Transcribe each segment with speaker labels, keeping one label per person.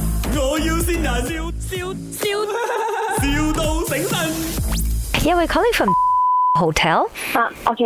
Speaker 1: 要先人，笑笑笑，,笑到醒神。
Speaker 2: Yeah, we're calling from hotel.
Speaker 3: 啊，OK，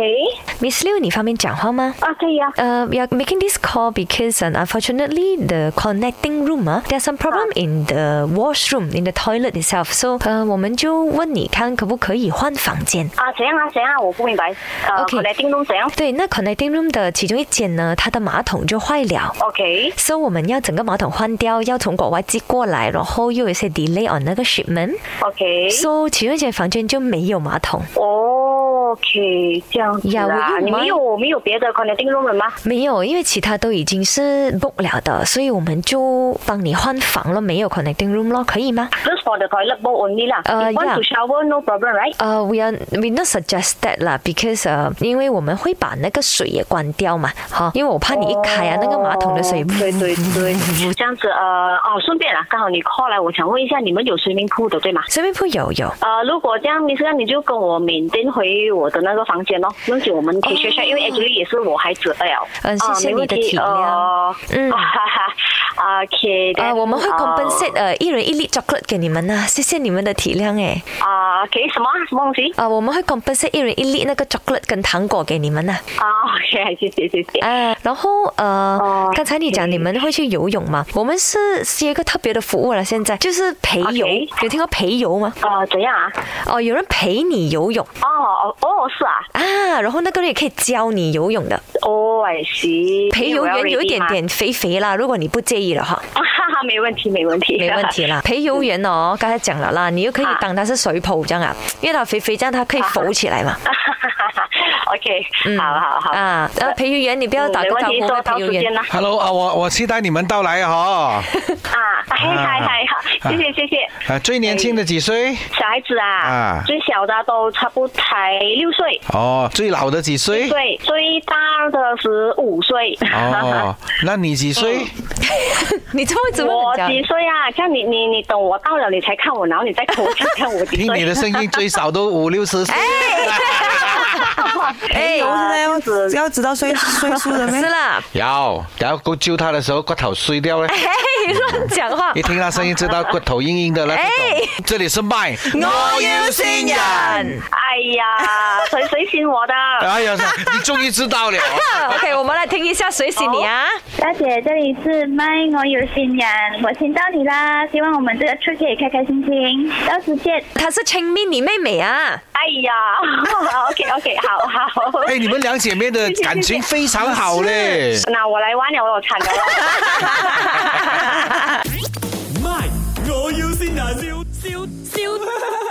Speaker 2: Miss Liu, 你方便讲话吗？
Speaker 3: 啊，可以啊。
Speaker 2: Uh, we are making this call because uh, unfortunately the connecting room uh, there's some problem in the washroom in the toilet itself. So uh, 我们就问你看可不可以换房间？
Speaker 3: 啊，怎样啊？怎样啊？我不明白。呃
Speaker 2: OK
Speaker 3: 我来叮咚怎样
Speaker 2: 对，那 connecting room 的其中一间呢，它的马桶就坏了。
Speaker 3: ？OK，
Speaker 2: 所以我们要整个马桶换掉，要从国外寄过来，然后又有一些 delay on 那个 shipment。
Speaker 3: OK，
Speaker 2: 所以其中一间房间就没有马桶，
Speaker 3: 哦，OK，这样子
Speaker 2: 呀我
Speaker 3: 啊。
Speaker 2: 用
Speaker 3: 你没有没有别的 connecting room 了吗？
Speaker 2: 没有，因为其他都已经是 book 了的，所以我们就帮你换房了，没有 connecting room 咯，可以吗？
Speaker 3: Just for the toilet bowl only 啦。
Speaker 2: 呃
Speaker 3: If want to shower, no problem, right?
Speaker 2: 呃、w e are we not suggest that 啦，because 呃、因为我们会把那个水也关掉嘛，好，因为我怕你一开啊，那个马桶的水，
Speaker 3: 哦对对对，这样子呃，哦，顺便啊，刚好你 call 来，我想问一下，你们有 swimming pool 的对吗？
Speaker 2: 随便铺有有。
Speaker 3: 呃，如果这样，你这样你就跟我缅甸回我的那个房间咯，不用我们可以学学，因为 actually 也是我孩子的了。
Speaker 2: 嗯哦谢谢
Speaker 3: 啊没问
Speaker 2: 你的
Speaker 3: 题
Speaker 2: 体谅
Speaker 3: 呃
Speaker 2: 嗯
Speaker 3: 哈哈，OK
Speaker 2: 啊、
Speaker 3: then，
Speaker 2: 我们会
Speaker 3: 呃
Speaker 2: compensate 呃、一人一粒 chocolate 给你们呐、啊谢谢你们的体谅诶。
Speaker 3: 啊，OK 什么啊什么东西？
Speaker 2: 啊、我们会 compensate 一人一粒那个 chocolate 跟糖果给你们呐、
Speaker 3: 啊，OK，谢谢谢谢。
Speaker 2: 啊。然后呃
Speaker 3: 哦，
Speaker 2: 刚才你讲
Speaker 3: OK
Speaker 2: 你们会去游泳嘛？我们是是一个特别的服务了，现在就是陪游
Speaker 3: OK
Speaker 2: 有听过陪游吗？
Speaker 3: 呃，怎样啊？
Speaker 2: 哦，有人陪你游泳
Speaker 3: 哦哦是啊，
Speaker 2: 啊，然后那个人也可以教你游泳的。
Speaker 3: 哦哎是。
Speaker 2: 陪游员有一点。点肥肥啦，如果你不介意的 话，
Speaker 3: 哈哈， 没问题没问题。
Speaker 2: 没问题啦。陪游员哦，刚才讲了啦，你又可以
Speaker 3: 啊
Speaker 2: 当他是水泡这样啊，因为他肥肥这样，他可以浮起来嘛。
Speaker 3: OK，好好好。
Speaker 2: 啊，然后陪游员你不要
Speaker 3: 嗯
Speaker 2: 打个
Speaker 3: 没问
Speaker 2: 招呼，陪
Speaker 3: 题，说到
Speaker 2: 游
Speaker 3: 时
Speaker 2: 员
Speaker 3: 间。啦。
Speaker 4: Hello 啊，我我期待你们到来哦。
Speaker 3: 啊，嗨嗨嗨，好，谢谢谢谢。
Speaker 4: 啊，最年轻的几岁？
Speaker 3: 小孩子啊，
Speaker 4: 啊
Speaker 3: 最小的都差不多才六岁，
Speaker 4: 哦，最老的几岁？
Speaker 3: 对，最大的十五岁。
Speaker 4: 哦，那你几岁？
Speaker 2: 你这么怎么
Speaker 3: 我
Speaker 2: 讲？
Speaker 3: 几岁啊？这样你你你等我到了，你才看我，然后你再跟我讲看我几
Speaker 4: 听
Speaker 3: 岁。
Speaker 4: 你的声音，最少都五六十岁。
Speaker 2: 哎
Speaker 5: 有现在要知要知道岁岁数的咩
Speaker 2: 是？啦，
Speaker 4: 有，然后够救他的时候骨头碎掉 了，
Speaker 2: 嘿，哎乱讲话
Speaker 4: 一。听他声音知道骨头硬硬的了。这种这里是麦，
Speaker 5: 我要先 人。
Speaker 2: 嗯
Speaker 3: 哎呀，谁谁信 我的？
Speaker 4: 哎呀，你终于知 道了。
Speaker 2: OK，我们来听一下谁洗你啊？
Speaker 6: 大姐，这里是麦，我有新人，我请到你啦，希望我们这个 trip 可以开开心心，到时见。
Speaker 2: 她是清明你妹妹啊。
Speaker 3: 哎呀 ，OK OK，好好。
Speaker 4: 哎，你们两姐妹的感情非常好嘞。
Speaker 3: 那我来玩了，我惨了。
Speaker 1: 卖，我要先人，笑笑笑，,